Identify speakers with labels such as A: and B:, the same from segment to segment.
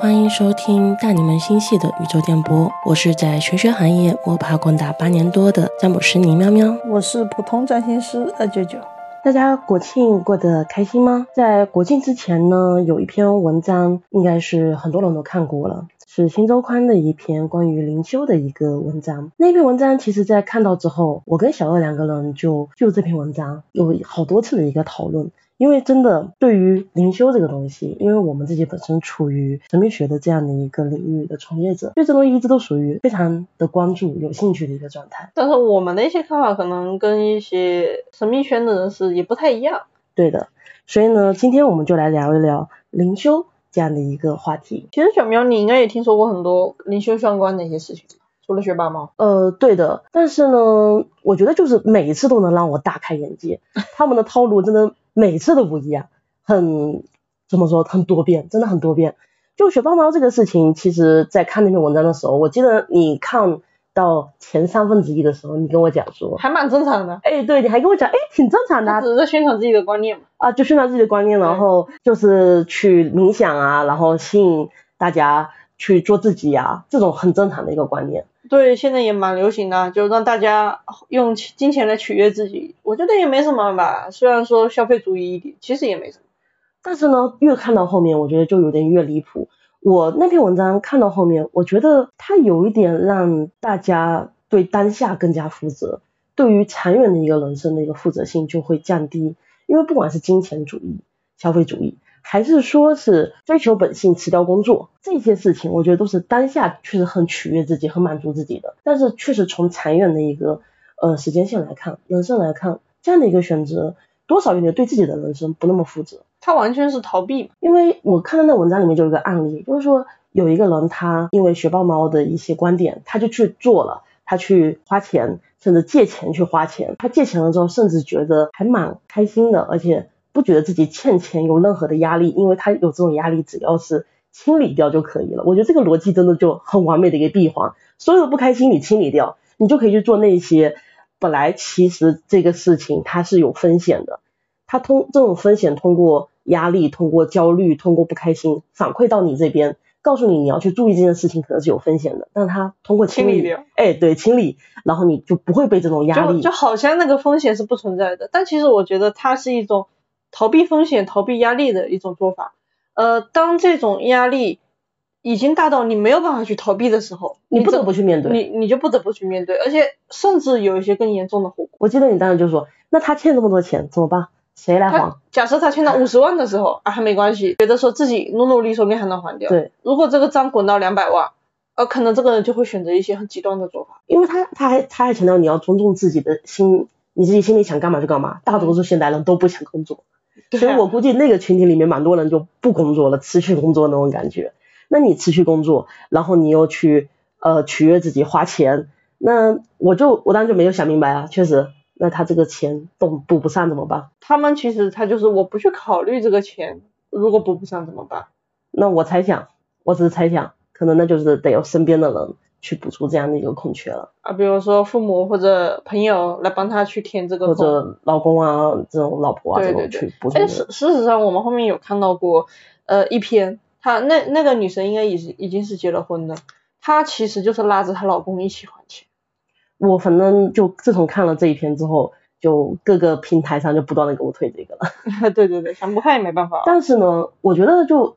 A: 欢迎收听大你们星系的宇宙电波，我是在玄学行业摸爬滚打八年多的占卜师林喵喵。
B: 我是普通占星师二九九。
A: 大家国庆过得开心吗？在国庆之前呢，有一篇文章，应该是很多人都看过了。是新周刊的一篇关于灵修的一个文章。那篇文章其实，在看到之后，我跟小二两个人就就这篇文章有好多次的一个讨论。因为真的对于灵修这个东西，因为我们自己本身处于神秘学的这样的一个领域的从业者，对这东西一直都属于非常的关注、有兴趣的一个状态。
B: 但是我们的一些看法可能跟一些神秘圈的人士也不太一样。
A: 对的，所以呢，今天我们就来聊一聊灵修这样的一个话题。
B: 其实小喵，你应该也听说过很多灵修相关的一些事情，除了学霸猫。
A: 呃，对的，但是呢，我觉得就是每一次都能让我大开眼界，他们的套路真的每次都不一样，很怎么说，很多变，真的很多变。就雪豹猫这个事情，其实在看那篇文章的时候，我记得你看到前三分之一的时候，你跟我讲说，
B: 还蛮正常的。
A: 哎，对，你还跟我讲，哎，挺正常的啊
B: 他，只是在宣传自己的观念嘛。
A: 啊，就宣传自己的观念，然
B: 对
A: 后就是去冥想啊，然后吸引大家去做自己啊，这种很正常的一个观念。
B: 对，现在也蛮流行的，啊就让大家用金钱来取悦自己，我觉得也没什么吧。虽然说消费主义一点，其实也没什么。
A: 但是呢，越看到后面，我觉得就有点越离谱。我那篇文章看到后面，我觉得它有一点让大家对当下更加负责，对于长远的一个人生的一个负责性就会降低。因为不管是金钱主义、消费主义，还是说是追求本性、辞掉工作这些事情，我觉得都是当下确实很取悦自己、很满足自己的。但是确实从长远的一个呃时间线来看、人生来看，这样的一个选择，多少有点对自己的人生不那么负责。
B: 他完全是逃避嘛。
A: 因为我看到那文章里面就有一个案例，就是说有一个人他因为学豹猫的一些观点，他就去做了，他去花钱，甚至借钱去花钱。他借钱了之后，甚至觉得还蛮开心的，而且不觉得自己欠钱有任何的压力，因为他有这种压力，只要是清理掉就可以了。我觉得这个逻辑真的就很完美的一个闭环，所有的不开心你清理掉，你就可以去做那些本来其实这个事情它是有风险的。他通这种风险通过压力、通过焦虑、通过不开心反馈到你这边，告诉你你要去注意这件事情可能是有风险的，但他通过清
B: 清
A: 理，
B: 理掉
A: 哎，对，清理，然后你就不会被这种压
B: 就
A: 力
B: 就好像那个风险是不存在的，但其实我觉得它是一种逃避风险、逃避压力的一种做法。呃，当这种压力已经大到你没有办法去逃避的时候，
A: 你不
B: 这
A: 得不去面对。
B: 你你就不得不去面对，而且甚至有一些更严重的后果。
A: 我记得你当时就说，那他欠这么多钱怎么办？谁来还
B: 他？假设他欠到五十万的时候啊，还没关系，觉得说自己努努力，说不定还能还掉。
A: 对，
B: 如果这个账滚到两百万，呃，可能这个人就会选择一些很极端的做法。
A: 因为他他还他还强调你要尊重自己的心，你自己心里想干嘛就干嘛。大多数现代人都不想工作，
B: 对啊
A: 所以我估计那个群体里面蛮多人就不工作了，辞去工作那种感觉。那你辞去工作，然后你又去呃取悦自己花钱，那我就我当时就没有想明白啊，确实，那他这个钱动补不上怎么办？
B: 他们其实他就是我不去考虑这个钱，如果补不上怎么办？
A: 那我猜想，我只是猜想，可能那就是得有身边的人去补足这样的一个空缺了，
B: 啊，比如说父母或者朋友来帮他去填这个
A: 或
B: 空。
A: 者老公啊这种老婆啊
B: 对
A: 这
B: 对
A: 种
B: 对
A: 去补足
B: 哎，
A: 的。
B: 事事实上，我们后面有看到过，呃，一篇，她那那个女生应该已经已经是结了婚的，她其实就是拉着她老公一起还钱。
A: 我反正就自从看了这一篇之后，就各个平台上就不断的给我推这个了。
B: 对对对，想不开也没办法。啊
A: 但是呢，我觉得就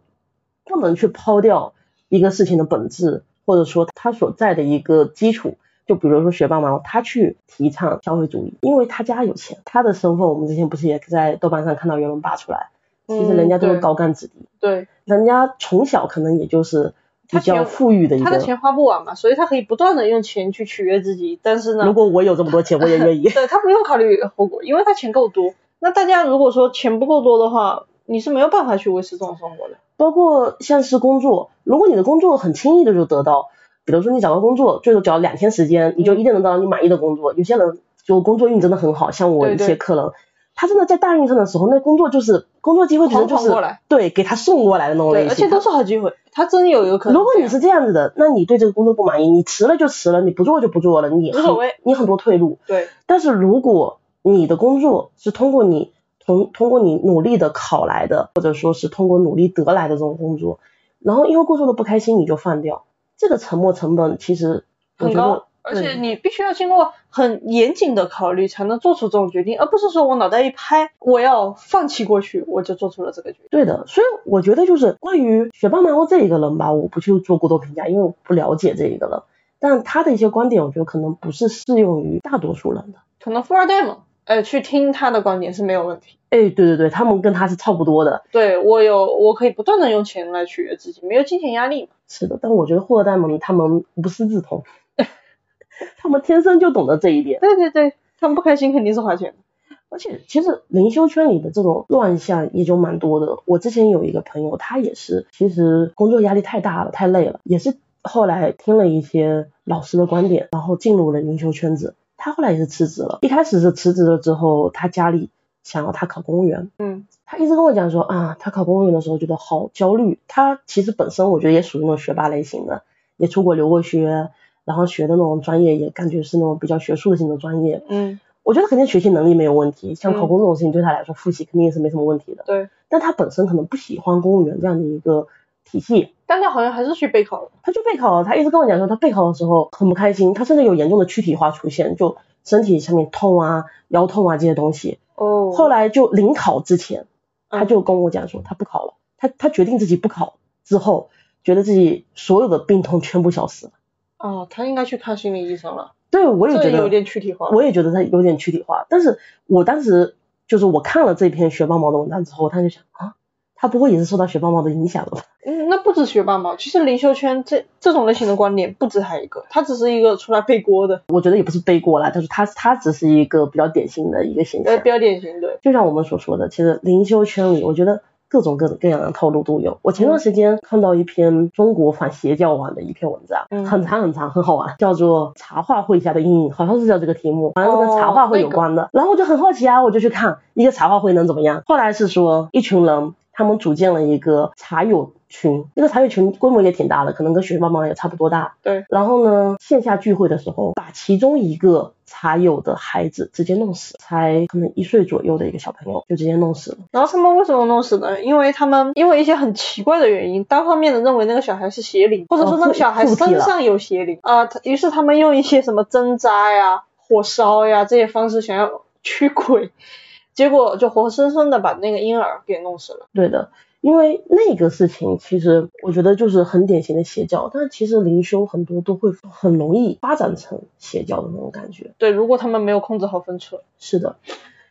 A: 不能去抛掉一个事情的本质，或者说它所在的一个基础。就比如说学霸嘛，他去提倡消费主义，因为他家有钱，他的身份我们之前不是也在豆瓣上看到有人扒出来，其实人家都是
B: 嗯
A: 高干子弟，
B: 对，
A: 人家从小可能也就是比
B: 他钱
A: 较富裕的一
B: 他的
A: 个。
B: 钱花不完嘛，所以他可以不断的用钱去取悦自己，但是呢，
A: 如果我有这么多钱，我也愿意。
B: 对他不用考虑后果，因为他钱够多。那大家如果说钱不够多的话，你是没有办法去维持这种生活的。
A: 包括像是工作，如果你的工作很轻易的就得到，比如说你找到工作，最多只要两天时间，你就
B: 嗯
A: 一定能得到你满意的工作。有些人就工作运真的很好，像我
B: 对
A: 一
B: 对
A: 些客人，他真的在大运上的时候，那工作就是工作机会，可能就
B: 狂
A: 是
B: 跑过来
A: 对给他送过来的那种类
B: 对，
A: 型。
B: 而且都是好机会，他真有有可能
A: 哦
B: 这样。
A: 如果你是这样子的，那你对这个工作不满意，你辞了就辞了，你不做就不做了，你
B: 无所谓
A: 很你很多退路。
B: 对，
A: 但是如果你的工作是通过你通通过你努力的考来的，或者说是通过努力得来的这种工作，然后因为过度的不开心你就放掉，这个沉没成本其实我
B: 很
A: 觉得
B: 高，而且
A: 对
B: 你必须要经过很严谨的考虑才能做出这种决定，而不是说我脑袋一拍，我要放弃过去，我就做出了这个决定。
A: 对的，所以我觉得就是关于雪豹男欧这一个人吧，我不去做过多评价，因为我不了解这一个人。但他的一些观点，我觉得可能不是适用于大多数人的。
B: 可能富二代嘛，呃，去听他的观点是没有问题。
A: 哎，对对对，他们跟他是差不多的，
B: 对我有，我可以不断的用钱来取悦自己，没有金钱压力嘛。
A: 是的。但我觉得霍尔代们他们无师自 通，他们天生就懂得这一点。
B: 对对对，他们不开心肯定是花钱的。
A: 而且其实灵修圈里的这种乱象也就蛮多的。我之前有一个朋友，他也是，其实工作压力太大了，太累了，也是后来听了一些老师的观点，然后进入了灵修圈子。他后来也是辞职了，一开始是辞职了之后，他家里想要他考公务员，
B: 嗯，
A: 他一直跟我讲说啊，他考公务员的时候觉得好焦虑。他其实本身我觉得也属于那种学霸类型的，也出国留过学，然后学的那种专业也感觉是那种比较学术型的专业，
B: 嗯，
A: 我觉得肯定学习能力没有问题，像考
B: 嗯
A: 公这种事情对他来说复习肯定是没什么问题的。
B: 对。
A: 但他本身可能不喜欢公务员这样的一个体系，
B: 但他好像还是去备考了。
A: 他就备考了。他一直跟我讲说，他备考的时候很不开心，他甚至有严重的躯体化出现，就身体下面痛啊、腰痛啊这些东西。
B: 哦
A: 后来就临考之前，
B: 嗯
A: 他就跟我讲说他不考了，他他决定自己不考之后，觉得自己所有的病痛全部消失了。
B: 哦，他应该去看心理医生了。
A: 对，我也觉
B: 这
A: 得
B: 有点躯体化。
A: 我也觉得他有点躯体化，但是我当时就是我看了这篇学霸猫的文章之后，他就想啊，他不会也是受到学霸猫的影响了吧？
B: 嗯，那不止学霸嘛，其实灵修圈这这种类型的观点不止还一个，他只是一个出来背锅的，
A: 我觉得也不是背锅啦， 就是他他只是一个比较典型的一个现
B: 呃，
A: 象
B: 比。较典型的。
A: 就像我们所说的，其实灵修圈里，我觉得各种各种各样的套路都有。我前段时间看到一篇中国反邪教网的一篇文章，
B: 嗯
A: 很长很长，很好玩，叫做《茶话会下的阴影》，好像是叫这个题目，反正是跟
B: 哦
A: 茶话会有关的。然后我就很好奇啊，我就去看一个茶话会能怎么样。后来是说一群人他们组建了一个茶友群，那个茶友群规模也挺大的，可能跟学霸帮也差不多大。
B: 对，
A: 然后呢，线下聚会的时候，把其中一个茶友的孩子直接弄死，才可能一岁左右的一个小朋友就直接弄死了。
B: 然后他们为什么弄死呢？因为他们因为一些很奇怪的原因，单方面的认为那个小孩是邪灵，或者说那个小孩
A: 哦附附体
B: 身
A: 了
B: 上有邪灵啊、他于是他们用一些什么针扎呀、火烧呀这些方式想要驱鬼，结果就活生生的把那个婴儿给弄死了。
A: 对的，因为那个事情其实我觉得就是很典型的邪教，但是其实灵修很多都会很容易发展成邪教的那种感觉。
B: 对，如果他们没有控制好分寸，
A: 是的。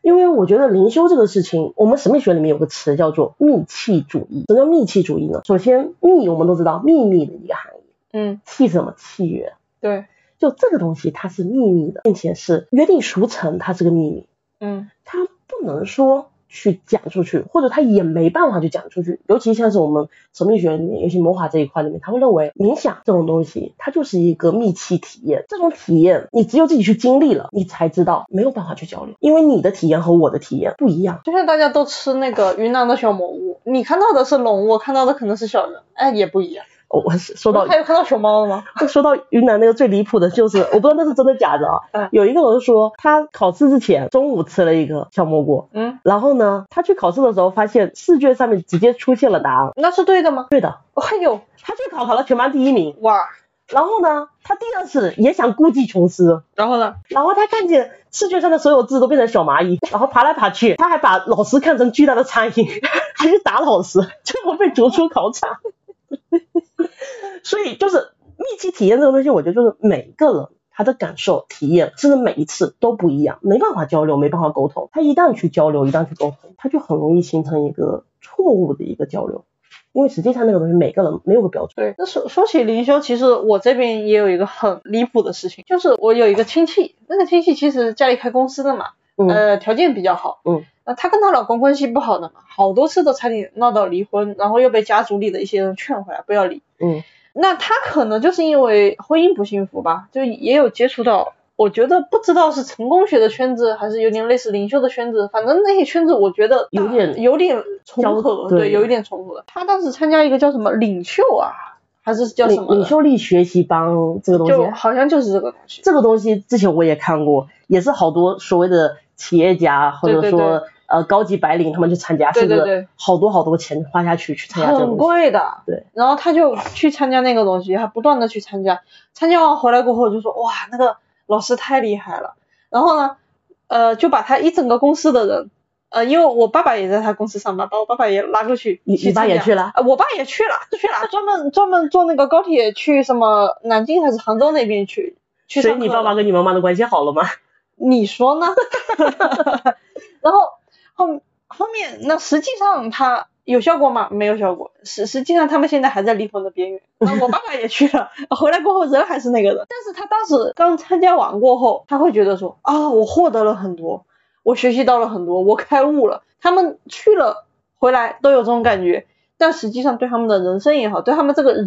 A: 因为我觉得灵修这个事情，我们神秘学里面有个词叫做密契主义。什么叫密契主义呢？首先，密我们都知道秘密的一个含义，
B: 嗯，
A: 契是什么？契约。
B: 对，
A: 就这个东西它是秘密的，并且是约定俗成，它是个秘密，
B: 嗯，
A: 它不能说去讲出去，或者它也没办法去讲出去。尤其像是我们神秘学里面，尤其魔法这一块里面，他会认为冥想这种东西，它就是一个密契体验。这种体验你只有自己去经历了，你才知道，没有办法去交流，因为你的体验和我的体验不一样。
B: 就像大家都吃那个云南的小蘑菇，你看到的是龙，我看到的可能是小人，哎，也不一样。
A: 哦、我是说到
B: 还有看到熊猫了吗？
A: 说到云南那个最离谱的就是，我不知道那是真的假的啊
B: 嗯。
A: 有一个人说他考试之前中午吃了一个小蘑菇，
B: 嗯，
A: 然后呢，他去考试的时候发现试卷上面直接出现了答案，
B: 那是对的吗？
A: 对的，
B: 哎呦，
A: 他去考考了全班第一名。
B: 哇，
A: 然后呢，他第二次也想故技重施，
B: 然后呢？
A: 然后他看见试卷上的所有字都变成小蚂蚁，然后爬来爬去，他还把老师看成巨大的苍蝇，还去打老师，结果被逐出考场。所以就是密集体验这个东西，我觉得就是每一个人。他的感受、体验，甚至每一次都不一样，没办法交流，没办法沟通。他一旦去交流，一旦去沟通，他就很容易形成一个错误的一个交流，因为实际上那个东西每个人没有个标准。
B: 对，那说说起灵修，其实我这边也有一个很离谱的事情，就是我有一个亲戚，那个亲戚其实家里开公司的嘛，
A: 嗯
B: 呃，条件比较好，
A: 嗯，
B: 那她跟她老公关系不好的嘛，好多次都差点闹到离婚，然后又被家族里的一些人劝回来不要离，
A: 嗯，
B: 那她可能就是因为婚姻不幸福吧，就也有接触到，我觉得不知道是成功学的圈子，还是有点类似灵修的圈子，反正那些圈子我觉得
A: 有点
B: 有点重
A: 交
B: 合，
A: 对
B: 对，有一点重合。她当时参加一个叫什么领袖啊，还是叫什
A: 领
B: 么
A: 领
B: 的，
A: 袖力学习帮这个东西，啊
B: 就好像就是这个东西。
A: 这个东西之前我也看过，也是好多所谓的企业家或
B: 对
A: 者
B: 对
A: 说呃高级白领他们去参加，
B: 对对
A: 甚
B: 对
A: 至好多好多钱花下去去参加这个
B: 很
A: 东西。
B: 贵的。
A: 啊对，
B: 然后他就去参加那个东西，他不断的去参加，参加完回来过后就说哇，那个老师太厉害了。然后呢，呃，就把他一整个公司的人，呃，因为我爸爸也在他公司上班，把我爸爸也拉过去，
A: 你
B: 去
A: 你爸
B: 参
A: 也
B: 加
A: 去了？
B: 啊，我爸也去了， 去了，专门专门坐那个高铁去什么南京还是杭州那边去去
A: 所以
B: 上
A: 你
B: 课
A: 爸
B: 了
A: 妈跟你妈妈的关系好了吗？
B: 你说呢？ 然后后后面那实际上他有效果吗？没有效果。实实际上他们现在还在离婚的边缘。那我爸爸也去了， 回来过后人还是那个人。但是他当时刚参加完过后，他会觉得说啊，我获得了很多，我学习到了很多，我开悟了。他们去了回来都有这种感觉，但实际上对他们的人生也好，对他们这个人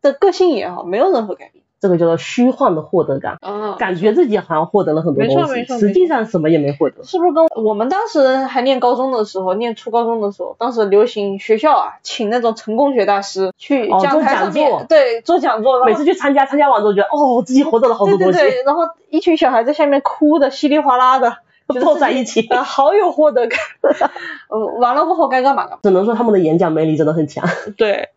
B: 的个性也好，没有任何改变。
A: 这个叫做虚幻的获得感，
B: 啊
A: 感觉自己好像获得了很多
B: 没错
A: 东西
B: 没，错
A: 实际上什么也没获得。
B: 是不是跟我们当时还念高中的时候，念初高中的时候，当时流行学校啊，请那种成功学大师去
A: 哦
B: 讲
A: 做
B: 台
A: 讲
B: 上面、
A: 座
B: 对做讲座，然后
A: 每次去参加，参加完之后觉得哦，自己获得了好多
B: 对对
A: 东西，
B: 对，然后一群小孩在下面哭的稀里哗啦 的，觉得
A: 凑
B: 自
A: 在
B: 己
A: 一起
B: 啊，好有获得感。嗯，完了过后该干嘛干嘛。
A: 只能说他们的演讲魅力真的很强。
B: 对，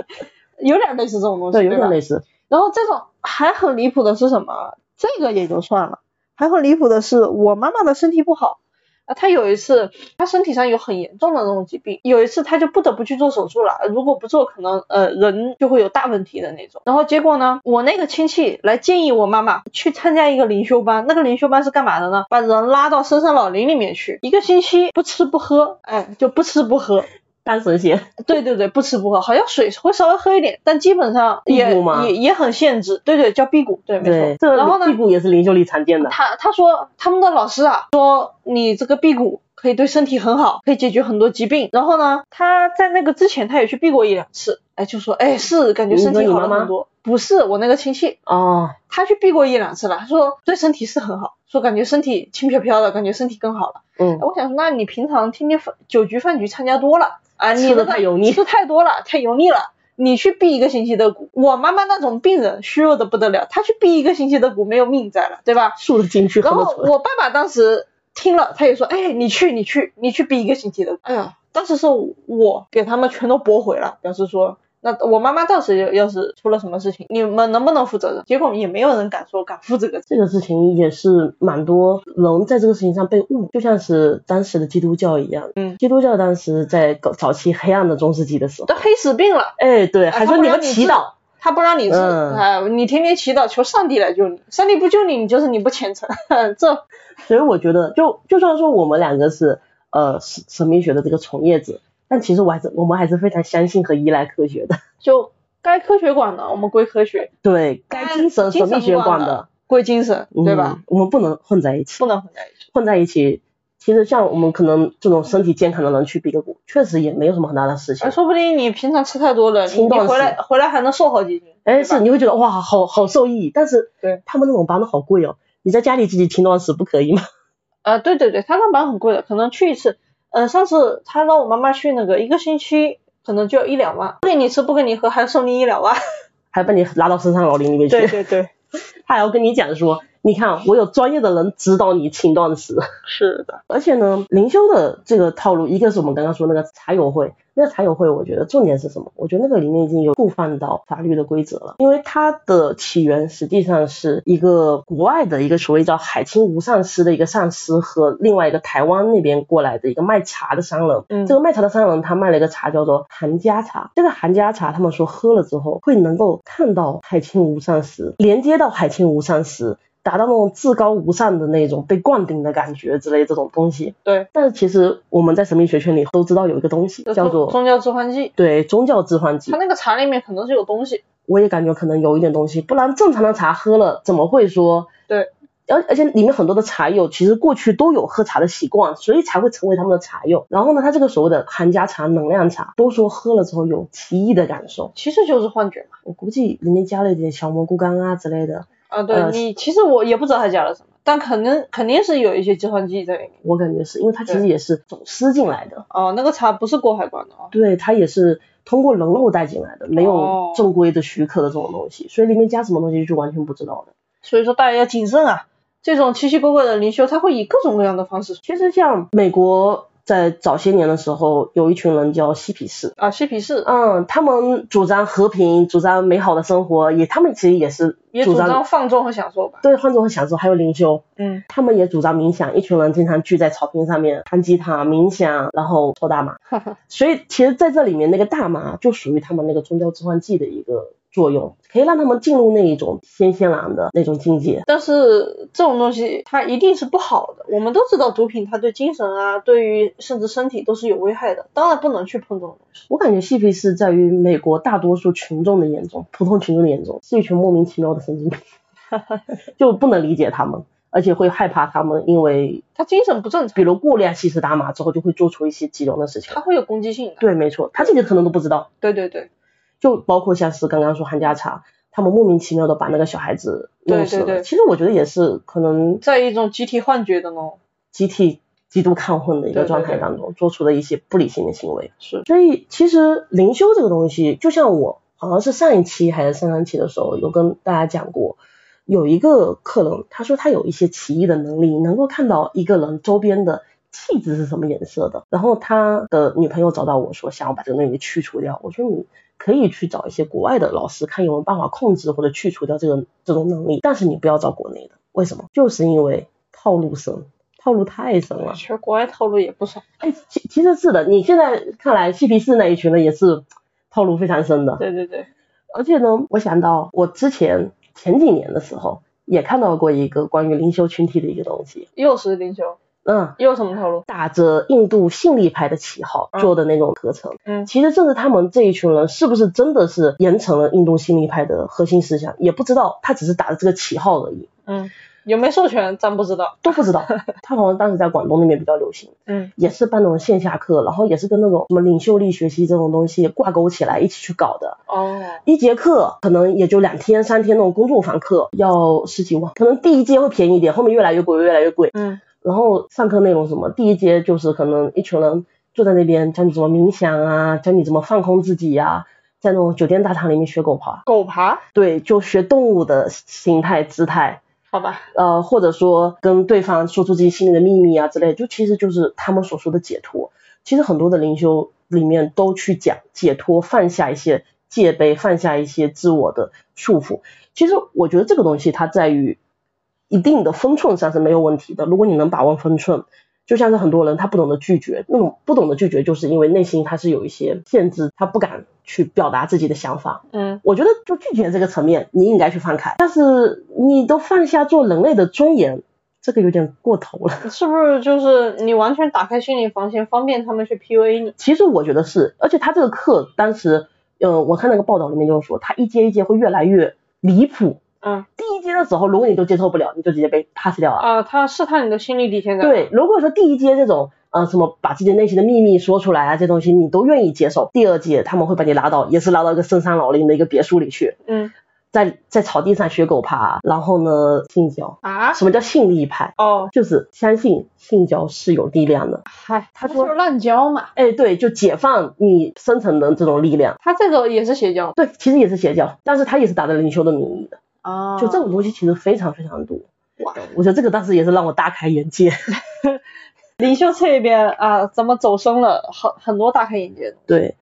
B: 有点类似这种东西，
A: 对，有
B: 吧
A: 点类似。
B: 然后这种还很离谱的是什么？这个也就算了，还很离谱的是我妈妈的身体不好啊，她有一次她身体上有很严重的那种疾病，有一次她就不得不去做手术了，如果不做可能呃人就会有大问题的那种。然后结果呢，我那个亲戚来建议我妈妈去参加一个灵修班，那个灵修班是干嘛的呢？把人拉到深山老林里面去，一个星期不吃不喝，哎，就不吃不喝，
A: 单神仙，
B: 对对对，不吃不喝，好像水会稍微喝一点，但基本上也
A: 辟谷吗
B: 也也很限制。对对，叫辟谷，对，没
A: 对
B: 错。，
A: 这
B: 然后
A: 个
B: 呢
A: 屁，股也是灵修里常见的。
B: 他他说他们的老师啊，说你这个辟谷可以对身体很好，可以解决很多疾病。然后呢，他在那个之前他也去辟过一两次，哎，就说哎是感觉身
A: 你
B: 体
A: 说你
B: 好了
A: 妈妈
B: 很多。不是我那个亲戚，
A: 哦，
B: 他去辟过一两次了，他说对身体是很好，说感觉身体轻飘飘的，感觉身体更好了。
A: 嗯
B: 哎，我想说，那你平常天天饭酒局饭局参加多了啊，你
A: 吃得
B: 那个
A: 太油腻
B: 吃太多了，太油腻了。你去避一个星期的谷，我妈妈那种病人虚弱的不得了，她去避一个星期的谷没有命在了，对吧？
A: 竖着进去
B: 然
A: 喝
B: 后
A: 得出来。
B: 我爸爸当时听了，他也说，哎，你去，你去，你去避一个星期的。哎呀，当时是我给他们全都驳回了，表示说，那我妈妈到时要要是出了什么事情，你们能不能负责任？结果也没有人敢说敢负这个责
A: 这个事情也是蛮多人在这个事情上被误，就像是当时的基督教一样。
B: 嗯
A: 基督教当时在搞早期黑暗的中世纪的时候，
B: 任，都黑死病了。
A: 哎，对，
B: 啊
A: 还
B: 他
A: 说
B: 不
A: 你
B: 让
A: 们
B: 你
A: 祈
B: 自
A: 祷，
B: 他不让你治，
A: 嗯
B: 啊、你天天祈祷求上帝来救你，上帝不救你，你就是你不虔诚。 这
A: 所以我觉得就就算说我们两个是呃神神秘学的这个从业者，但其实我还是我们还是非常相信和依赖科学的。
B: 就该科学管的，我们归科学；
A: 对，该精神神秘学管的，
B: 归精神，对吧？
A: 嗯？我们不能混在一起
B: 不。能混在一起。
A: 混在一起，其实像我们可能这种身体健康的人去比个谷，确实也没有什么很大的事情
B: 哎，。说不定你平常吃太多了，你
A: 轻
B: 你
A: 断
B: 回来回来还能瘦好几斤。
A: 哎，
B: 对吧
A: 是你会觉得哇，好好受益，但是
B: 对
A: 他们那种班的好贵哦，你在家里自己停断食不可以 吗？
B: 呃，对对对，他那班很贵的，可能去一次，呃，上次他让我妈妈去那个一个星期，可能就要一两万，不给你吃不给你喝，还送你一两 万。
A: 还把你拉到深山老林里面去，
B: 对对对，
A: 他还要跟你讲说，你看我有专业的人指导你轻断食。
B: 是的，
A: 而且呢，灵修的这个套路，一个是我们刚刚说那个茶友会，那个茶友会，我觉得重点是什么？我觉得那个里面已经有触犯到法律的规则了，因为它的起源实际上是一个国外的一个所谓叫海清无上师的一个上师和另外一个台湾那边过来的一个卖茶的商人，
B: 嗯
A: 这个卖茶的商人他卖了一个茶叫做韩家茶，这个韩家茶他们说喝了之后会能够看到海清无上师，连接到海清无上师。达到那种至高无上的那种被灌顶的感觉之类这种东西。
B: 对，
A: 但是其实我们在神秘学圈里都知道有一个东西
B: 就
A: 叫
B: 宗
A: 做
B: 宗教致幻剂，
A: 对宗教致幻剂
B: 他，那个茶里面可能是有东西。
A: 我也感觉可能有一点东西，不然正常的茶喝了怎么会说
B: 对？
A: 而而且里面很多的茶友其实过去都有喝茶的习惯，所以才会成为他们的茶友。然后呢，他这个所谓的韩家茶、能量茶，都说喝了之后有奇异的感受。
B: 其实就是幻觉嘛。
A: 我估计里面加了一点小蘑菇干啊之类的，
B: 啊，对、
A: 呃
B: 你，其实我也不知道他加了什么，但可能肯定是有一些计算机在里面。
A: 我感觉是因为它其实
B: 对
A: 也是走私进来的。
B: 哦，那个茶不是过海关的啊、
A: 对，它也是通过人肉带进来的，没有
B: 哦
A: 正规的许可的这种东西，所以里面加什么东西就完全不知道的。
B: 所以说大家要谨慎啊。这种奇奇怪怪的灵修，他会以各种各样的方式
A: 其实像美国在早些年的时候，有一群人叫嬉皮士，
B: 啊，嬉皮士
A: 嗯，他们主张和平，主张美好的生活，也他们其实也是
B: 也主张放纵和享受吧。
A: 对换种享受，还有灵修，
B: 嗯，
A: 他们也主张冥想，一群人经常聚在草坪上面弹吉他、冥想，然后抽大麻。
B: 哈哈，
A: 所以其实在这里面，那个大麻就属于他们那个宗教致幻剂的一个作用，可以让他们进入那一种仙仙然的那种境界。
B: 但是这种东西它一定是不好的。我们都知道毒品它对精神啊，对于甚至身体都是有危害的，当然不能去碰这种东西。
A: 我感觉嬉皮士在于美国大多数群众的眼中，普通群众的眼中，是一群莫名其妙的神 经病，就不能理解他们，而且会害怕他们，因为
B: 他精神不正常，
A: 比如过量吸食大麻之后，就会做出一些极端的事情
B: 他。会有攻击性的。
A: 对，没错，他自己可能都不知道。
B: 对对对
A: 就包括像是刚刚说韩家茶，他们莫名其妙的把那个小孩子弄死了。
B: 对对对
A: 其实我觉得也是可能
B: 在一种集体幻觉的哦呢，
A: 集体极度亢奋的一个
B: 对对
A: 状态
B: 对
A: 当中做出的一些不理性的行为。
B: 是
A: 所以其实灵修这个东西，就像我好像是上一期还是上上期的时候有跟大家讲过。有一个客人，他说他有一些奇异的能力，能够看到一个人周边的气质是什么颜色的。然后他的女朋友找到我说，想要把这个东西给去除掉。我说你可以去找一些国外的老师，看有没有办法控制或者去除掉这个这种能力，但是你不要找国内的。为什么？就是因为套路深，套路太深了。
B: 其实国外套路也不少。
A: 哎，其其实是的，你现在看来嬉皮士那一群人也是套路非常深的。
B: 对对对，
A: 而且呢，我想到我之前前几年的时候也看到过一个关于灵修群体的一个东西，
B: 又是灵修，
A: 嗯，
B: 又什么套路？
A: 打着印度信力派的旗号做的那种课程。
B: 嗯
A: 其实正是他们这一群人是不是真的是严惩了印度信力派的核心思想，也不知道，他只是打着这个旗号而已，
B: 嗯，有没授权咱不知道。
A: 都不知道。 他好像当时在广东那边比较流行。
B: 嗯
A: 也是办那种线下课，然后也是跟那种什么领袖力学习这种东西挂钩起来一起去搞的。
B: 哦，
A: 一节课可能也就两天三天那种工作坊课，要十几万，可能第一节会便宜一点，后面越来越贵，越来越贵。
B: 嗯
A: 然后上课内容是什么，第一节就是可能一群人坐在那边教你怎么冥想啊，教你怎么放空自己呀、在那种酒店大堂里面学狗爬，
B: 狗爬，
A: 对，就学动物的形态姿态。
B: 好吧，
A: 呃，或者说跟对方说出自己心里的秘密啊之类，就其实就是他们所说的解脱。其实很多的灵修里面都去讲解脱，放下一些戒备，放下一些自我的束缚。其实我觉得这个东西它在于一定的分寸上是没有问题的，如果你能把握分寸。就像是很多人他不懂得拒绝，那种不懂得拒绝，就是因为内心他是有一些限制，他不敢去表达自己的想法。
B: 嗯
A: 我觉得就拒绝这个层面，你应该去放开。但是你都放下做人类的尊严，这个有点过头了。
B: 是不是就是你完全打开心理防线，方便他们去 PUA 你？
A: 其实我觉得是，而且他这个课当时，呃，我看那个报道里面就是说，他一阶一阶会越来越离谱。
B: 嗯
A: 第一阶的时候，如果你都接受不了，你就直接被 pass 掉了。
B: 啊，他试探你的心理底线的。，
A: 对，如果说第一阶这种，呃，什么把自己内心的秘密说出来啊，这东西你都愿意接受，第二阶他们会把你拉到，也是拉到一个深山老林的一个别墅里去，
B: 嗯
A: 在在草地上学狗爬，然后呢信教。
B: 啊，
A: 什么叫信力派？
B: 哦，
A: 就是相信性交是有力量的。
B: 嗨，
A: 他
B: 那
A: 说
B: 就是滥交嘛，
A: 哎，对，就解放你深层的这种力量。
B: 他这个也是邪教
A: 对，其实也是邪教，但是他也是打着灵修的名义的。
B: 啊
A: 就这种东西其实非常非常多。
B: 哇，
A: 我觉得这个当时也是让我大开眼界。
B: 领袖这边啊，怎么走深了，很很多大开眼界的。
A: 对，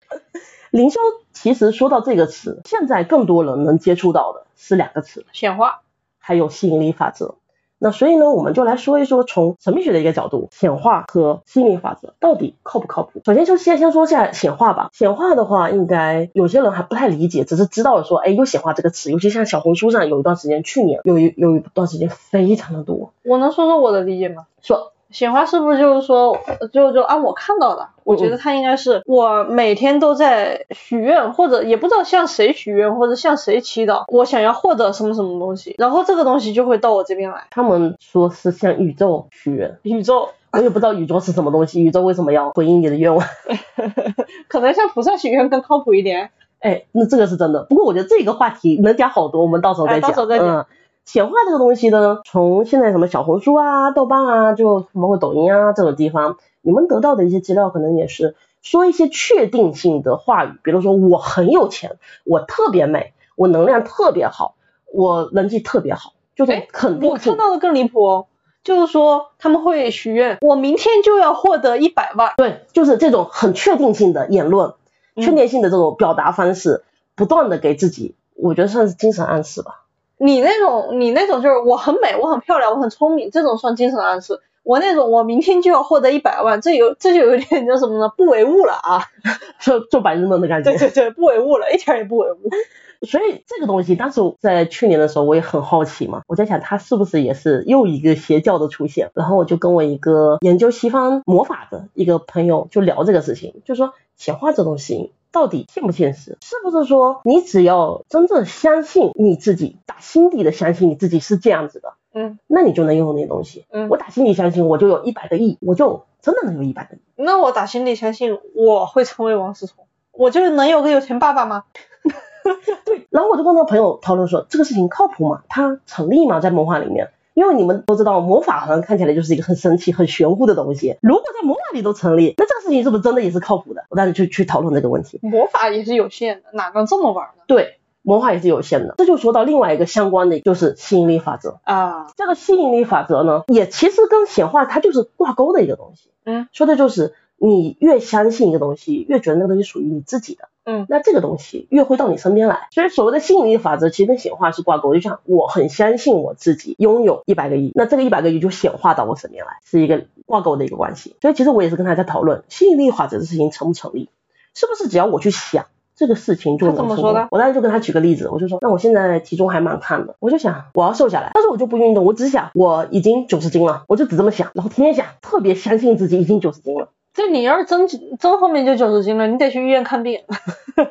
A: 灵修其实说到这个词，现在更多人能接触到的是两个词，
B: 显化，
A: 还有吸引力法则。那所以呢，我们就来说一说从神秘学的一个角度，显化和吸引力法则到底靠不靠谱？首先就先先说一下显化吧。显化的话，应该有些人还不太理解，只是知道说，哎，有显化这个词，尤其像小红书上有一段时间，去年有一有一段时间非常的多，
B: 我能说说我的理解吗？
A: 说
B: 显化是不是就是说，就就按我看到的，我觉得它应该是我每天都在许愿，或者也不知道向谁许愿，或者向谁祈祷，我想要获得什么什么东西，然后这个东西就会到我这边来。
A: 他们说是向宇宙许愿，
B: 宇宙
A: 我也不知道宇宙是什么东西，宇宙为什么要回应你的愿望？
B: 可能向菩萨许愿更靠谱一点。
A: 哎，那这个是真的。不过我觉得这个话题能讲好多，我们到时候再
B: 哎
A: 讲。
B: 到时候再讲
A: 嗯显化这个东西呢，从现在什么小红书啊、豆瓣啊，就包括抖音啊这种地方，你们得到的一些资料，可能也是说一些确定性的话语，比如说我很有钱，我特别美，我能量特别好，我人际特别好，就
B: 哎
A: 很
B: 我看到的更离谱哦，就是说他们会许愿，我明天就要获得一百万。
A: 对，就是这种很确定性的言论，
B: 嗯
A: 确定性的这种表达方式，不断的给自己，我觉得算是精神暗示吧。
B: 你那种你那种就是我很美，我很漂亮，我很聪明，这种算精神暗示。我那种我明天就要获得一百万，这有这就有点叫什么呢？不唯物了啊！
A: 就就白日梦的感觉
B: 对。对对，不唯物了，一点儿也不唯物。
A: 所以这个东西，当时我在去年的时候，我也很好奇嘛，我在想它是不是也是又一个邪教的出现。然后我就跟我一个研究西方魔法的一个朋友就聊这个事情，就说显化这东西到底现不现实？是不是说你只要真正相信你自己，打心底的相信你自己是这样子的，
B: 嗯
A: 那你就能拥有那些东西。
B: 嗯
A: 我，打心底相信，我就有一百个亿，我就真的能有一百个亿。
B: 那我打心底相信我会成为王思聪，我就是能有个有钱爸爸吗？
A: 然后我就跟那个朋友讨论说，这个事情靠谱吗？它成立吗？在魔法里面，因为你们都知道，魔法好像看起来就是一个很神奇、很玄乎的东西。如果在魔法里都成立，那这个事情是不是真的也是靠谱的？我当时就去讨论这个问题。
B: 魔法也是有限的，哪能这么玩呢？
A: 对，魔法也是有限的。这就说到另外一个相关的，就是吸引力法则。
B: 啊，
A: 这个吸引力法则呢，也其实跟显化它就是挂钩的一个东西。
B: 嗯，
A: 说的就是你越相信一个东西，越觉得那个东西属于你自己的，
B: 嗯
A: 那这个东西越会到你身边来。所以所谓的吸引力法则，其实跟显化是挂钩。就像我很相信我自己拥有一百个亿，那这个一百个亿就显化到我身边来，是一个挂钩的一个关系。所以其实我也是跟他在讨论吸引力法则的事情成不成立，是不是只要我去想。这个事情就能
B: 他怎么
A: 成功
B: 说呢
A: 我当时就跟他举个例子，我就说，那我现在体重还蛮胖的，我就想我要瘦下来，但是我就不运动，我只想我已经九十斤了，我就只这么想，然后天天想，特别相信自己已经九十斤了。
B: 这你要是真真后面就九十斤了，你得去医院看病。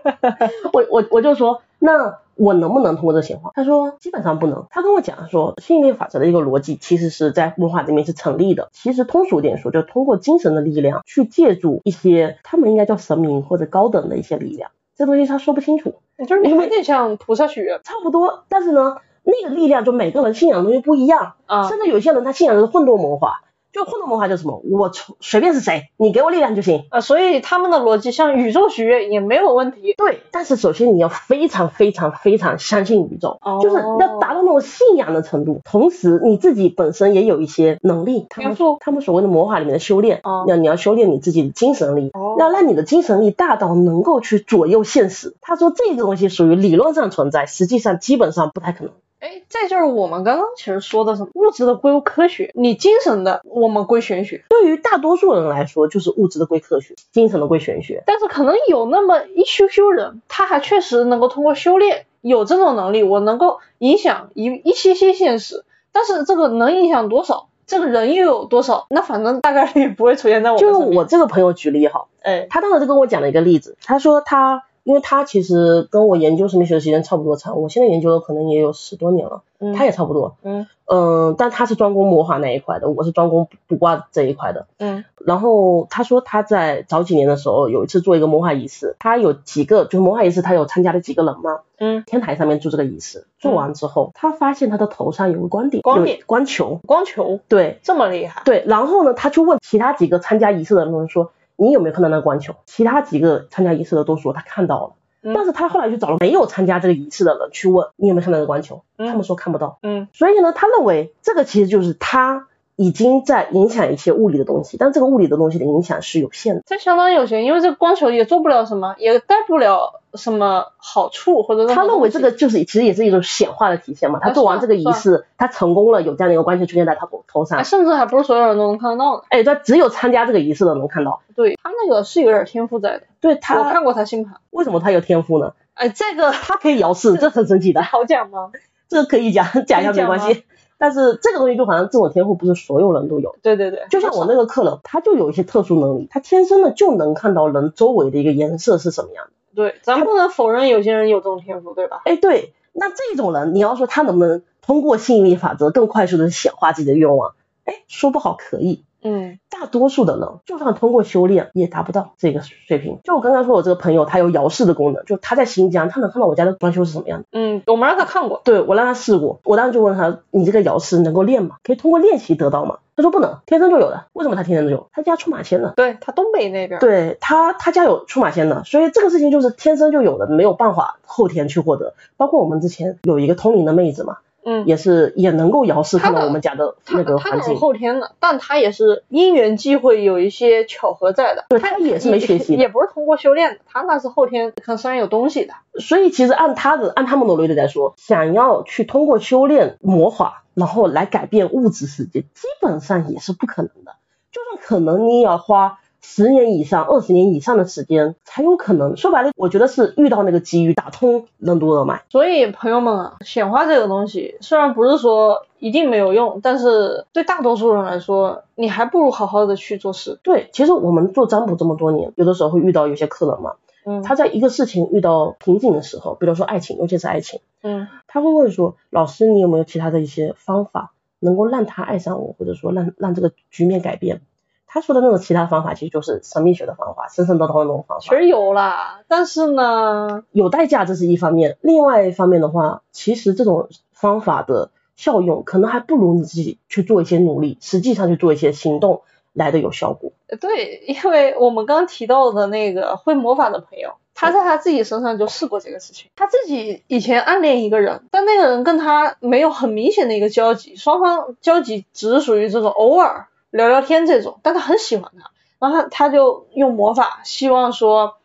A: 我我我就说，那我能不能通过这显化？他说基本上不能。他跟我讲说，吸引力法则的一个逻辑其实是在魔法里面是成立的。其实通俗点说，就是通过精神的力量去借助一些他们应该叫神明或者高等的一些力量，这东西他说不清楚，
B: 就是你有点像菩萨许愿
A: 差不多。但是呢，那个力量就每个人信仰的东西不一样。
B: 啊
A: 甚至有些人他信仰的是混沌魔法，就混沌魔法就是什么，我从随便是谁，你给我力量就行。
B: 啊，所以他们的逻辑像宇宙许愿也没有问题。
A: 对，但是首先你要非常非常非常相信宇宙，
B: 哦
A: 就是要达到那种信仰的程度。同时，你自己本身也有一些能力，他们
B: 天赋
A: 他们所谓的魔法里面的修炼，
B: 哦
A: 要你要修炼你自己的精神力，
B: 哦
A: 要让你的精神力大到能够去左右现实。他说这个东西属于理论上存在，实际上基本上不太可能。
B: 哎，这就是我们刚刚其实说的什么物质的归科学，你精神的我们归玄学，
A: 对于大多数人来说，就是物质的归科学，精神的归玄学。
B: 但是可能有那么一修修人，他还确实能够通过修炼有这种能力，我能够影响一一些些现实，但是这个能影响多少，这个人又有多少，那反正大概率不会出现在哦我们
A: 就
B: 身边
A: 我这个朋友举例哈，
B: 哎，
A: 他当时就跟我讲了一个例子，他说他，因为他其实跟我研究神秘学的时间差不多长，我现在研究的可能也有十多年了，
B: 嗯
A: 他也差不多，
B: 嗯
A: 嗯、但他是专攻魔法那一块的，我是专攻卜卦这一块的。
B: 嗯
A: 然后他说他在早几年的时候有一次做一个魔法仪式，他有几个就是魔法仪式，他有参加了几个人嘛，
B: 嗯，
A: 天台上面做这个仪式，做完之后，他发现他的头上有个光点，
B: 光点
A: 有光球，
B: 光球
A: 对，
B: 这么厉害，
A: 对，然后呢，他去问其他几个参加仪式的人说：“你有没有看到那个光球？”其他几个参加仪式的都说他看到了，
B: 嗯
A: 但是他后来去找了没有参加这个仪式的人去问：“你有没有看到那个光球？”
B: 嗯
A: 他们说看不到。
B: 嗯
A: 所以呢，他认为这个其实就是他已经在影响一些物理的东西，但这个物理的东西的影响是有限的。
B: 这相当有钱，因为这个光球也做不了什么，也带不了什么好处或者
A: 他认为这
B: 个
A: 个就是其实也是一种显化的体现嘛。他
B: 啊
A: 做完这个仪式，他成功了，有这样的一个光球出现在他头头上。
B: 甚至还不是所有人都能看得到呢。
A: 哎，他只有参加这个仪式的能看到。
B: 对他那个是有点天赋在的，
A: 对
B: 我
A: 他
B: 看过他星盘。
A: 为什么他有天赋呢？
B: 哎，这个
A: 他可以摇视，这很神奇的。
B: 好讲吗？
A: 这个可以讲讲一下
B: 可以
A: 没
B: 讲
A: 关系。但是这个东西就好像这种天赋不是所有人都有，
B: 对对对，
A: 就像我那个客人，他就有一些特殊能力，他天生的就能看到人周围的一个颜色是什么样的。
B: 对，咱不能否认有些人有这种天赋，对吧？
A: 哎，对，那这种人，你要说他能不能通过吸引力法则更快速的显化自己的愿望？哎，说不好可以。
B: 嗯
A: 大多数的人，就算通过修炼，也达不到这个水平。就我刚刚说，我这个朋友他有遥视的功能，就他在新疆，他能看到我家的装修是什么样的。
B: 嗯，我们让他看过，
A: 对我让他试过，我当时就问他，你这个摇式能够练吗？可以通过练习得到吗？他说不能，天生就有的。为什么他天生就有？他家出马仙的，
B: 对他东北那边，
A: 对他他家有出马仙的，所以这个事情就是天生就有的，没有办法后天去获得。包括我们之前有一个通灵的妹子嘛，
B: 嗯，
A: 也是也能够遥视看到我们家的
B: 他
A: 那个
B: 他
A: 环
B: 哪有
A: 境。
B: 后天的，但他也是因缘际会有一些巧合在的。
A: 对他也是没学习的
B: 也不是通过修炼的，他那是后天可能身上有东西的。
A: 所以其实按他的按他们的逻辑来说，想要去通过修炼魔法，然后来改变物质世界，基本上也是不可能的。就算可能，你也要花十年以上、二十年以上的时间才有可能。说白了，我觉得是遇到那个机遇，打通任督二脉。
B: 所以朋友们啊，显化这个东西虽然不是说一定没有用，但是对大多数人来说，你还不如好好的去做事。
A: 对，其实我们做占卜这么多年，有的时候会遇到有些客人嘛，
B: 嗯，
A: 他在一个事情遇到瓶颈的时候，比如说爱情，尤其是爱情，
B: 嗯
A: 他会问说：“老师，你有没有其他的一些方法能够让他爱上我，或者说让让这个局面改变？”他说的那种其他方法，其实就是神秘学的方法，神神叨叨的那种方
B: 其
A: 法，
B: 实有啦，但是呢，
A: 有代价，这是一方面。另外一方面的话，其实这种方法的效用，可能还不如你自己去做一些努力，实际上去做一些行动来的有效果。
B: 对，因为我们刚提到的那个会魔法的朋友，他在他自己身上就试过这个事情。他自己以前暗恋一个人，但那个人跟他没有很明显的一个交集，双方交集只是属于这种偶尔聊聊天这种，但他很喜欢他，然后他他就用魔法，希望说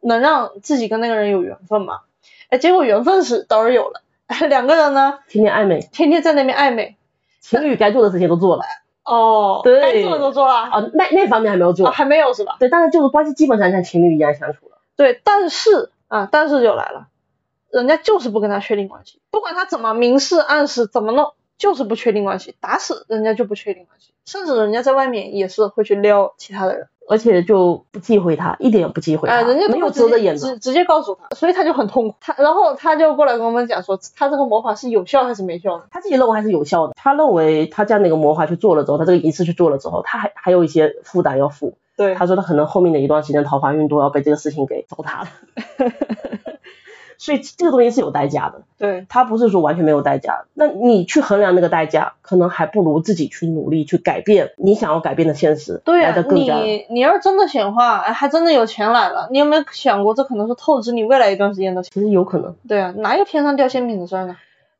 B: 能让自己跟那个人有缘分嘛。哎，结果缘分是倒是有了， 两个人呢
A: 天天暧昧，
B: 天天在那边暧昧，
A: 情侣该做的事情都做了
B: 哦，
A: 对
B: 该做的都做了，
A: 啊，那那方面还没有
B: 啊
A: 做，
B: 还没有是吧？
A: 对，但是就是关系基本上像情侣一样相处了。
B: 对，但是啊，但是就来了，人家就是不跟他确定关系，不管他怎么明示暗示怎么弄，就是不确定关系，打死人家就不确定关系，甚至人家在外面也是会去撩其他的人，
A: 而且就不忌讳他，一点也不忌讳他，
B: 哎、人家
A: 啊没有
B: 直
A: 遮着
B: 接
A: 眼的。
B: 直直接告诉他，所以他就很痛苦，他然后他就过来跟我们讲说，他这个魔法是有效还是没效的，
A: 他自己认为还是有效的。他认为他这样的一个魔法去做了之后，他这个仪式去做了之后，他还还有一些负担要负。
B: 对
A: 他说他可能后面的一段时间桃花运都要被这个事情给糟 蹋了。所以这个东西是有代价的，
B: 对
A: 他不是说完全没有代价。那你去衡量那个代价，可能还不如自己去努力去改变你想要改变的现实，
B: 对
A: 来
B: 啊
A: 的，更加。
B: 你你要是真的显化，哎，还真的有钱来了，你有没有想过这可能是透支你未来一段时间的钱？
A: 其实有可能，
B: 对啊，哪有天上掉馅饼的事儿呢？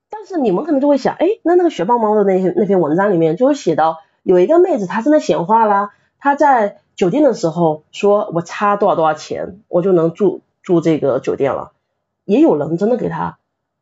A: 但是你们可能就会想，哎，那那个雪豹猫的那些那篇文章里面就会写到，有一个妹子她真的显化啦，她在酒店的时候说，我差多少多少钱，我就能住住这个酒店了。也有人真的给她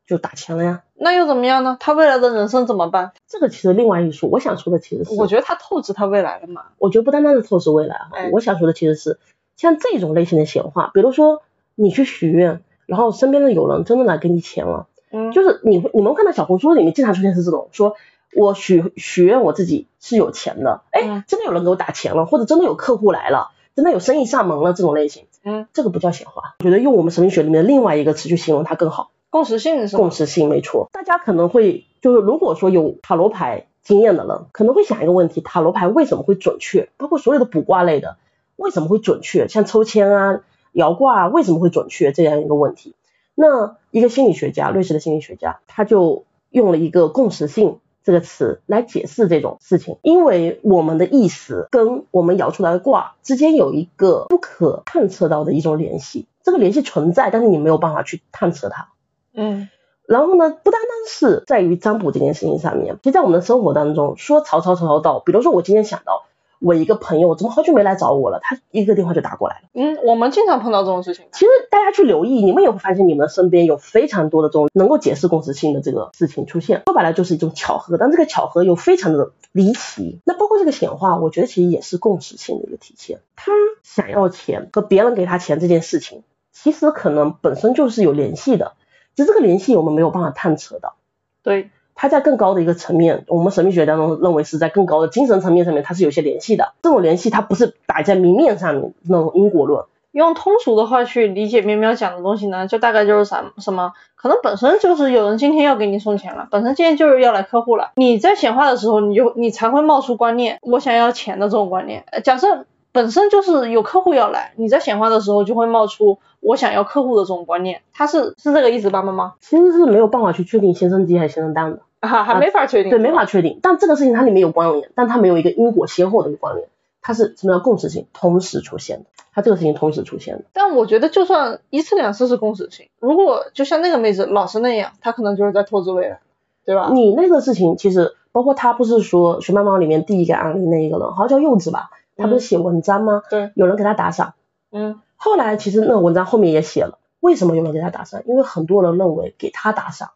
A: 就打钱了呀，
B: 那又怎么样呢？他未来的人生怎么办？
A: 这个其实另外一说，我想说的其实是，
B: 我觉得他透支他未来了嘛。
A: 我觉得不单单是透视未来啊
B: 哎，
A: 我想说的其实是像这种类型的显化，比如说你去许愿，然后身边的有人真的来给你钱了。
B: 嗯就
A: 就是你会你们看到小红书里面经常出现是这种说，我许许愿我自己是有钱的，
B: 嗯
A: 哎，真的有人给我打钱了，或者真的有客户来了，真的有生意上门了这种类型，
B: 嗯，
A: 这个不叫显化，我觉得用我们神秘学里面的另外一个词去形容它更好，
B: 共识性是吧
A: 共？识性没错。大家可能会就是如果说有塔罗牌经验的人，可能会想一个问题，塔罗牌为什么会准确？包括所有的卜卦类的，为什么会准确？像抽签啊、摇卦啊，为什么会准确？这样一个问题。那一个心理学家，瑞士的心理学家，他就用了一个共识性这个词来解释这种事情，因为我们的意识跟我们摇出来的卦之间有一个不可探测到的一种联系，这个联系存在，但是你没有办法去探测它。
B: 嗯，
A: 然后呢，不单单是在于占卜这件事情上面，其实在我们的生活当中，说吵吵吵吵到，比如说我今天想到我一个朋友怎么好久没来找我了，他一个电话就打过来了。
B: 嗯，我们经常碰到这种事情。
A: 其实大家去留意，你们也会发现你们身边有非常多的这种能够解释共识性的这个事情出现。说白了就是一种巧合，但这个巧合又非常的离奇。那包括这个显化，我觉得其实也是共识性的一个体现。他想要钱和别人给他钱这件事情，其实可能本身就是有联系的，只是这个联系我们没有办法探测到。
B: 对，
A: 它在更高的一个层面，我们神秘学当中认为是在更高的精神层面上面，它是有些联系的。这种联系它不是打在明面上面那种因果论，
B: 用通俗的话去理解喵喵讲的东西呢，就大概就是什什么，可能本身就是有人今天要给你送钱了，本身今天就是要来客户了。你在显化的时候，你就你才会冒出观念，我想要钱的这种观念。呃假设本身就是有客户要来，你在显化的时候就会冒出我想要客户的这种观念。他是是这个意思吧，妈妈？
A: 其实是没有办法去确定先生鸡还是先生蛋的，
B: 啊，还没法确定。
A: 对，没法确定。但这个事情它里面有关联，但它没有一个因果先后的一个关联，它是什么叫共识性？同时出现的，它这个事情同时出现的。
B: 但我觉得，就算一次两次是共识性，如果就像那个妹子老是那样，她可能就是在透支未来。对吧？
A: 你那个事情其实包括他不是说《熊猫猫》里面第一个案例那一个人，好像叫柚子吧，他不是写文章吗？
B: 嗯对，
A: 有人给他打赏，
B: 嗯
A: 后来其实那个文章后面也写了，为什么有人给他打赏？因为很多人认为给他打赏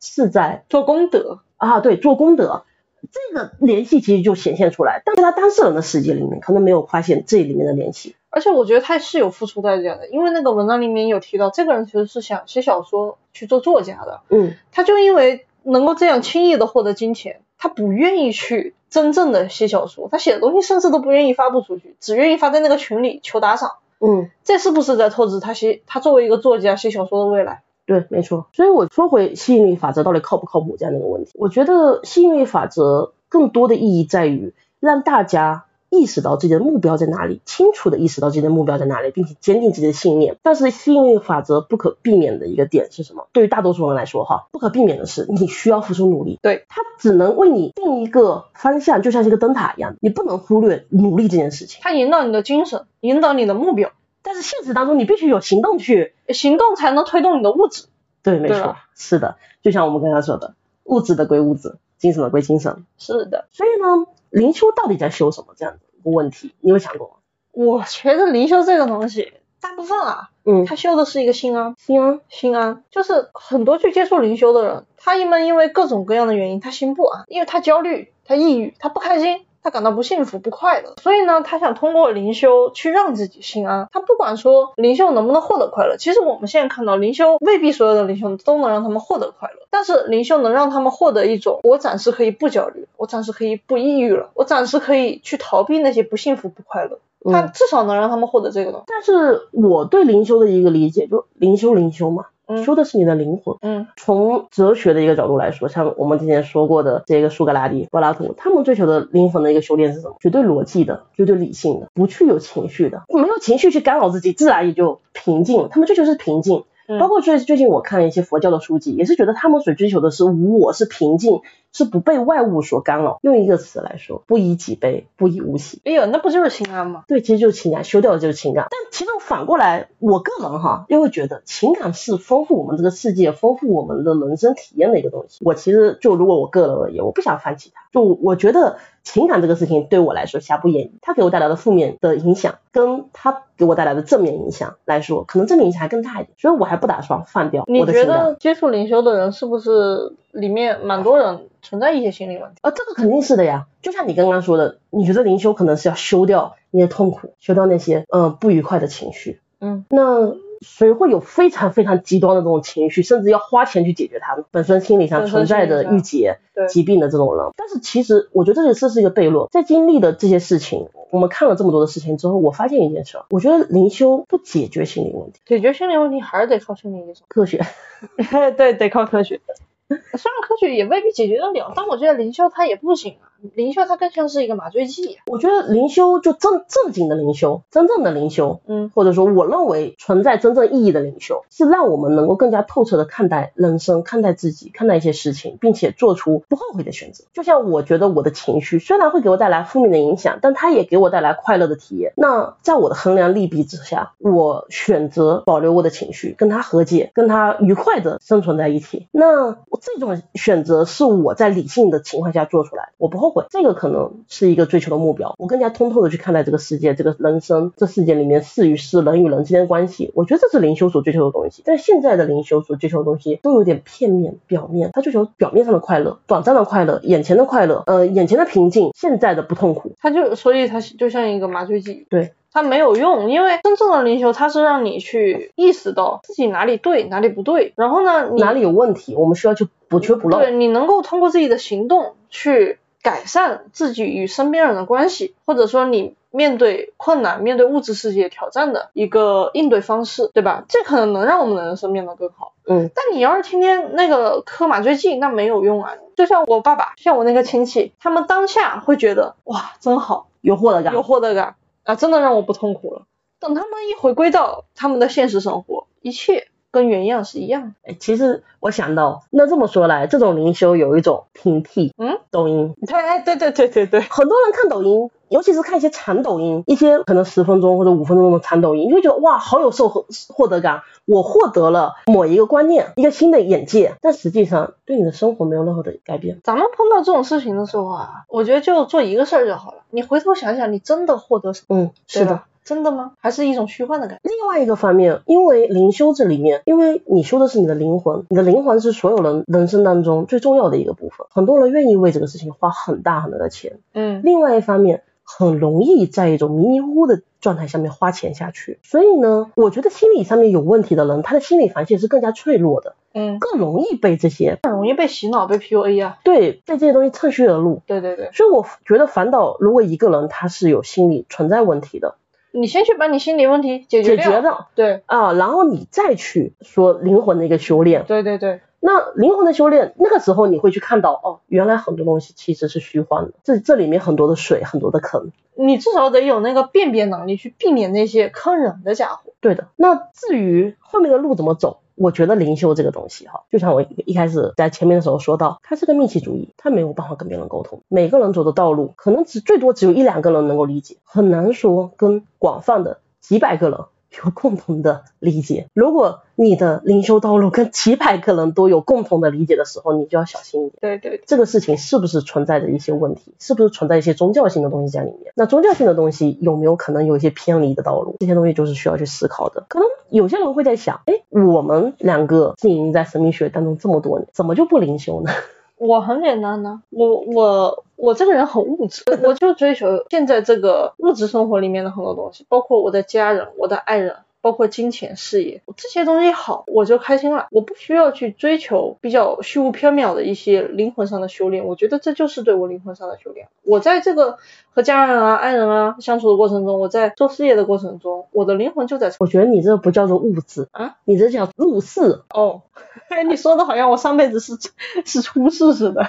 A: 是在
B: 做功德，
A: 啊对做功德，这个联系其实就显现出来，但是他当事人的世界里面可能没有发现这里面的联系。
B: 而且我觉得他是有付出代价的，因为那个文章里面有提到，这个人其实是想写小说去做作家的，
A: 嗯，
B: 他就因为能够这样轻易的获得金钱，他不愿意去真正的写小说，他写的东西甚至都不愿意发布出去，只愿意发在那个群里求打赏，
A: 嗯，
B: 这是不是在透支他写他作为一个作家写小说的未来？
A: 对，没错。所以我说回吸引力法则到底靠不靠谱这样的一个问题，我觉得吸引力法则更多的意义在于让大家意识到自己的目标在哪里，清楚的意识到自己的目标在哪里，并且坚定自己的信念。但是吸引力法则不可避免的一个点是什么？对于大多数人来说，哈，不可避免的是你需要付出努力。
B: 对，
A: 它只能为你定一个方向，就像是一个灯塔一样，你不能忽略努力这件事情。
B: 他引导你的精神，引导你的目标，
A: 但是现实当中，你必须有行动去
B: 行动才能推动你的物质。
A: 对，没
B: 对
A: 错
B: 吧，
A: 是的，就像我们刚刚说的，物质的归物质，精神的归精神。
B: 是的，
A: 所以呢，灵修到底在修什么这样的一个问题，你有想过吗？
B: 我觉得灵修这个东西，大部分啊，
A: 嗯，
B: 他修的是一个心安，
A: 心安，
B: 心安就是很多去接触灵修的人，他一般因为各种各样的原因，他心不安，因为他焦虑，他抑郁，他不开心，他感到不幸福、不快乐，所以呢，他想通过灵修去让自己心安。他不管说灵修能不能获得快乐，其实我们现在看到灵修未必所有的灵修都能让他们获得快乐，但是灵修能让他们获得一种我暂时可以不焦虑了，我暂时可以不抑郁了，我暂时可以去逃避那些不幸福、不快乐，他
A: 嗯。
B: 至少能让他们获得这个东西。
A: 但是我对灵修的一个理解，就灵修灵修嘛，
B: 嗯
A: 修的是你的灵魂。
B: 嗯
A: 从哲学的一个角度来说，像我们之前说过的这个苏格拉底、柏拉图，他们追求的灵魂的一个修炼是什么？绝对逻辑的，绝对理性的，不去有情绪的，没有情绪去干扰自己，自然也就平静了。他们追求是平静，
B: 嗯
A: 包括最最近我看一些佛教的书籍，也是觉得他们所追求的是无我，是平静，是不被外物所干扰。用一个词来说，不以己悲，不以无喜。
B: 哎呦，那不就是心安吗？
A: 对，其实就是情感，修掉的就是情感。但其实反过来，我个人哈，又会觉得情感是丰富我们这个世界、丰富我们的人生体验的一个东西。我其实就如果我个人而言，我不想放弃它。就我觉得情感这个事情对我来说瑕不掩瑜，它给我带来的负面的影响，跟它给我带来的正面影响来说，可能正面影响还更大一点。所以我还不打算放掉
B: 你
A: 我的
B: 觉
A: 情感。
B: 得接触灵修的人是不是里面蛮多人存在一些心理问题？
A: 啊，这个肯定是的呀。就像你刚刚说的，你觉得灵修可能是要修掉你的痛苦，修掉那些嗯、呃不愉快的情绪。
B: 嗯，
A: 那谁会有非常非常极端的这种情绪，甚至要花钱去解决它呢？本身心理上
B: 本身
A: 存在的
B: 心理上
A: 郁结、
B: 对
A: 疾病的这种人。但是其实我觉得这个这是一个悖论，在经历的这些事情，我们看了这么多的事情之后，我发现一件事啊儿，我觉得灵修不解决心理问题，
B: 解决心理问题还是得靠心理医生。
A: 科学。
B: 对对，得靠科学。 虽然科学也未必解决得了，但我觉得灵修它也不行啊。灵修它更像是一个麻醉剂、啊
A: 我觉得灵修就正正经的灵修，真正的灵修，
B: 嗯，
A: 或者说我认为存在真正意义的领袖，是让我们能够更加透彻的看待人生、看待自己、看待一些事情，并且做出不后悔的选择。就像我觉得我的情绪虽然会给我带来负面的影响，但它也给我带来快乐的体验。那在我的衡量利弊之下，我选择保留我的情绪，跟它和解，跟它愉快的生存在一起。那我这种选择是我在理性的情况下做出来，我不后悔。这个可能是一个追求的目标，我更加通透的去看待这个世界、这个人生、这世界里面事与事、人与人之间的关系。我觉得这是灵修所追求的东西，但现在的灵修所追求的东西都有点片面、表面，他追求表面上的快乐、短暂的快乐、眼前的快乐，呃，眼前的平静，现在的不痛苦。
B: 它就所以它就像一个麻醉剂。
A: 对。
B: 它没有用，因为真正的灵修，它是让你去意识到自己哪里对，哪里不对，然后呢，你
A: 哪里有问题，我们需要去补缺补漏。
B: 对你能够通过自己的行动去改善自己与身边人的关系，或者说你面对困难、面对物质世界挑战的一个应对方式，对吧？这可能能让我们的人生变得更好。
A: 嗯，
B: 但你要是天天那个磕麻醉剂，那没有用啊。就像我爸爸，像我那个亲戚，他们当下会觉得哇，真好，
A: 有获得感
B: 有。获得感啊，真的让我不痛苦了。等他们一回归到他们的现实生活，一切跟原样是一样的。
A: 哎，其实我想到，那这么说来，这种灵修有一种平替，
B: 嗯，
A: 抖音，
B: 对，哎对对对对对，
A: 很多人看抖音，尤其是看一些长抖音，一些可能十分钟或者五分钟的长抖音，你会觉得哇，好有受获获得感，我获得了某一个观念，一个新的眼界，但实际上对你的生活没有任何的改变。
B: 咱们碰到这种事情的时候啊，我觉得就做一个事儿就好了。你回头想想，你真的获得什么？
A: 嗯，是
B: 对
A: 的。
B: 吧，真的吗？还是一种虚幻的感觉？
A: 另外一个方面，因为灵修这里面，因为你修的是你的灵魂，你的灵魂是所有人人生当中最重要的一个部分。很多人愿意为这个事情花很大很大的钱。
B: 嗯，
A: 另外一方面，很容易在一种迷迷糊糊的状态下面花钱下去。所以呢，我觉得心理上面有问题的人，他的心理防线是更加脆弱的，
B: 嗯，
A: 更容易被这些
B: 很容易被洗脑，被 PUA 啊。
A: 对被这些东西趁虚而入。
B: 对对对，
A: 所以我觉得，反倒如果一个人他是有心理存在问题的，
B: 你先去把你心理问题解
A: 解
B: 决掉。
A: 决了
B: 对
A: 啊，然后你再去说灵魂的一个修炼。
B: 对对对，
A: 那灵魂的修炼，那个时候你会去看到，哦，原来很多东西其实是虚幻的，这这里面很多的水，很多的坑。
B: 你至少得有那个辨别能力去避免那些坑人的家伙。
A: 对的。那至于后面的路怎么走，我觉得灵修这个东西哈，就像我一一开始在前面的时候说到，它是个密集主义，它没有办法跟别人沟通。每个人走的道路，可能只最多只有一两个人能够理解，很难说跟广泛的几百个人。有共同的理解。如果你的灵修道路跟几百个人都有共同的理解的时候，你就要小心一点。
B: 对对对，
A: 这个事情是不是存在着一些问题，是不是存在一些宗教性的东西在里面？那宗教性的东西有没有可能有一些偏离的道路？这些东西就是需要去思考的。可能有些人会在想，哎，我们两个经营在神秘学当中这么多年，怎么就不灵修呢？
B: 我很简单呢，我我我这个人很物质，我就追求现在这个物质生活里面的很多东西，包括我的家人、我的爱人。包括金钱、事业这些东西好，我就开心了。我不需要去追求比较虚无缥缈的一些灵魂上的修炼，我觉得这就是对我灵魂上的修炼。我在这个和家人啊、爱人啊相处的过程中，我在做事业的过程中，我的灵魂就在
A: 我觉得你这不叫做物质
B: 啊，
A: 你这叫入世。
B: 哦， 你说的好像我上辈子是 是出世似的。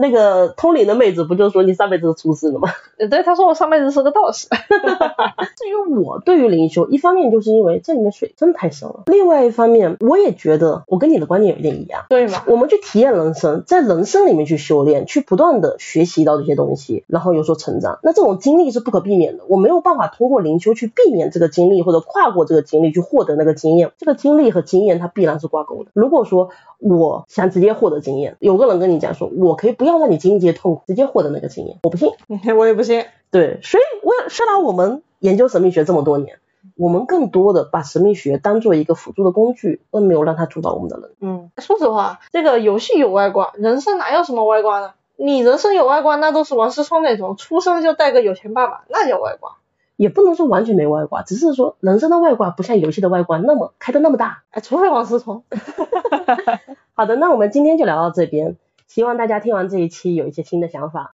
A: 那个通灵的妹子不就说你上辈子是出世了吗？
B: 对，他说我上辈子是个道士。
A: 至于我对于灵修，一方面就是因为这里面水真太深了，另外一方面我也觉得我跟你的观点有一点一样。
B: 对嘛？
A: 我们去体验人生，在人生里面去修炼，去不断的学习到这些东西，然后有所成长。那这种经历是不可避免的，我没有办法通过灵修去避免这个经历，或者跨过这个经历去获得那个经验。这个经历和经验它必然是挂钩的。如果说我想直接获得经验，有个人跟你讲说，我可以不要让你经历这些痛苦，直接获得那个经验，我不信。
B: 我也不信。
A: 对，所以我虽然我们研究神秘学这么多年，我们更多的把神秘学当做一个辅助的工具，而没有让它主导我们的人。
B: 嗯，说实话，这个游戏有外挂，人生哪有什么外挂呢？你人生有外挂，那都是王思聪那种出生就带个有钱爸爸，那叫外挂。
A: 也不能说完全没外挂，只是说人生的外挂不像游戏的外挂那么开的那么大。
B: 哎，除非王思聪。
A: 好的，那我们今天就聊到这边，希望大家听完这一期有一些新的想法。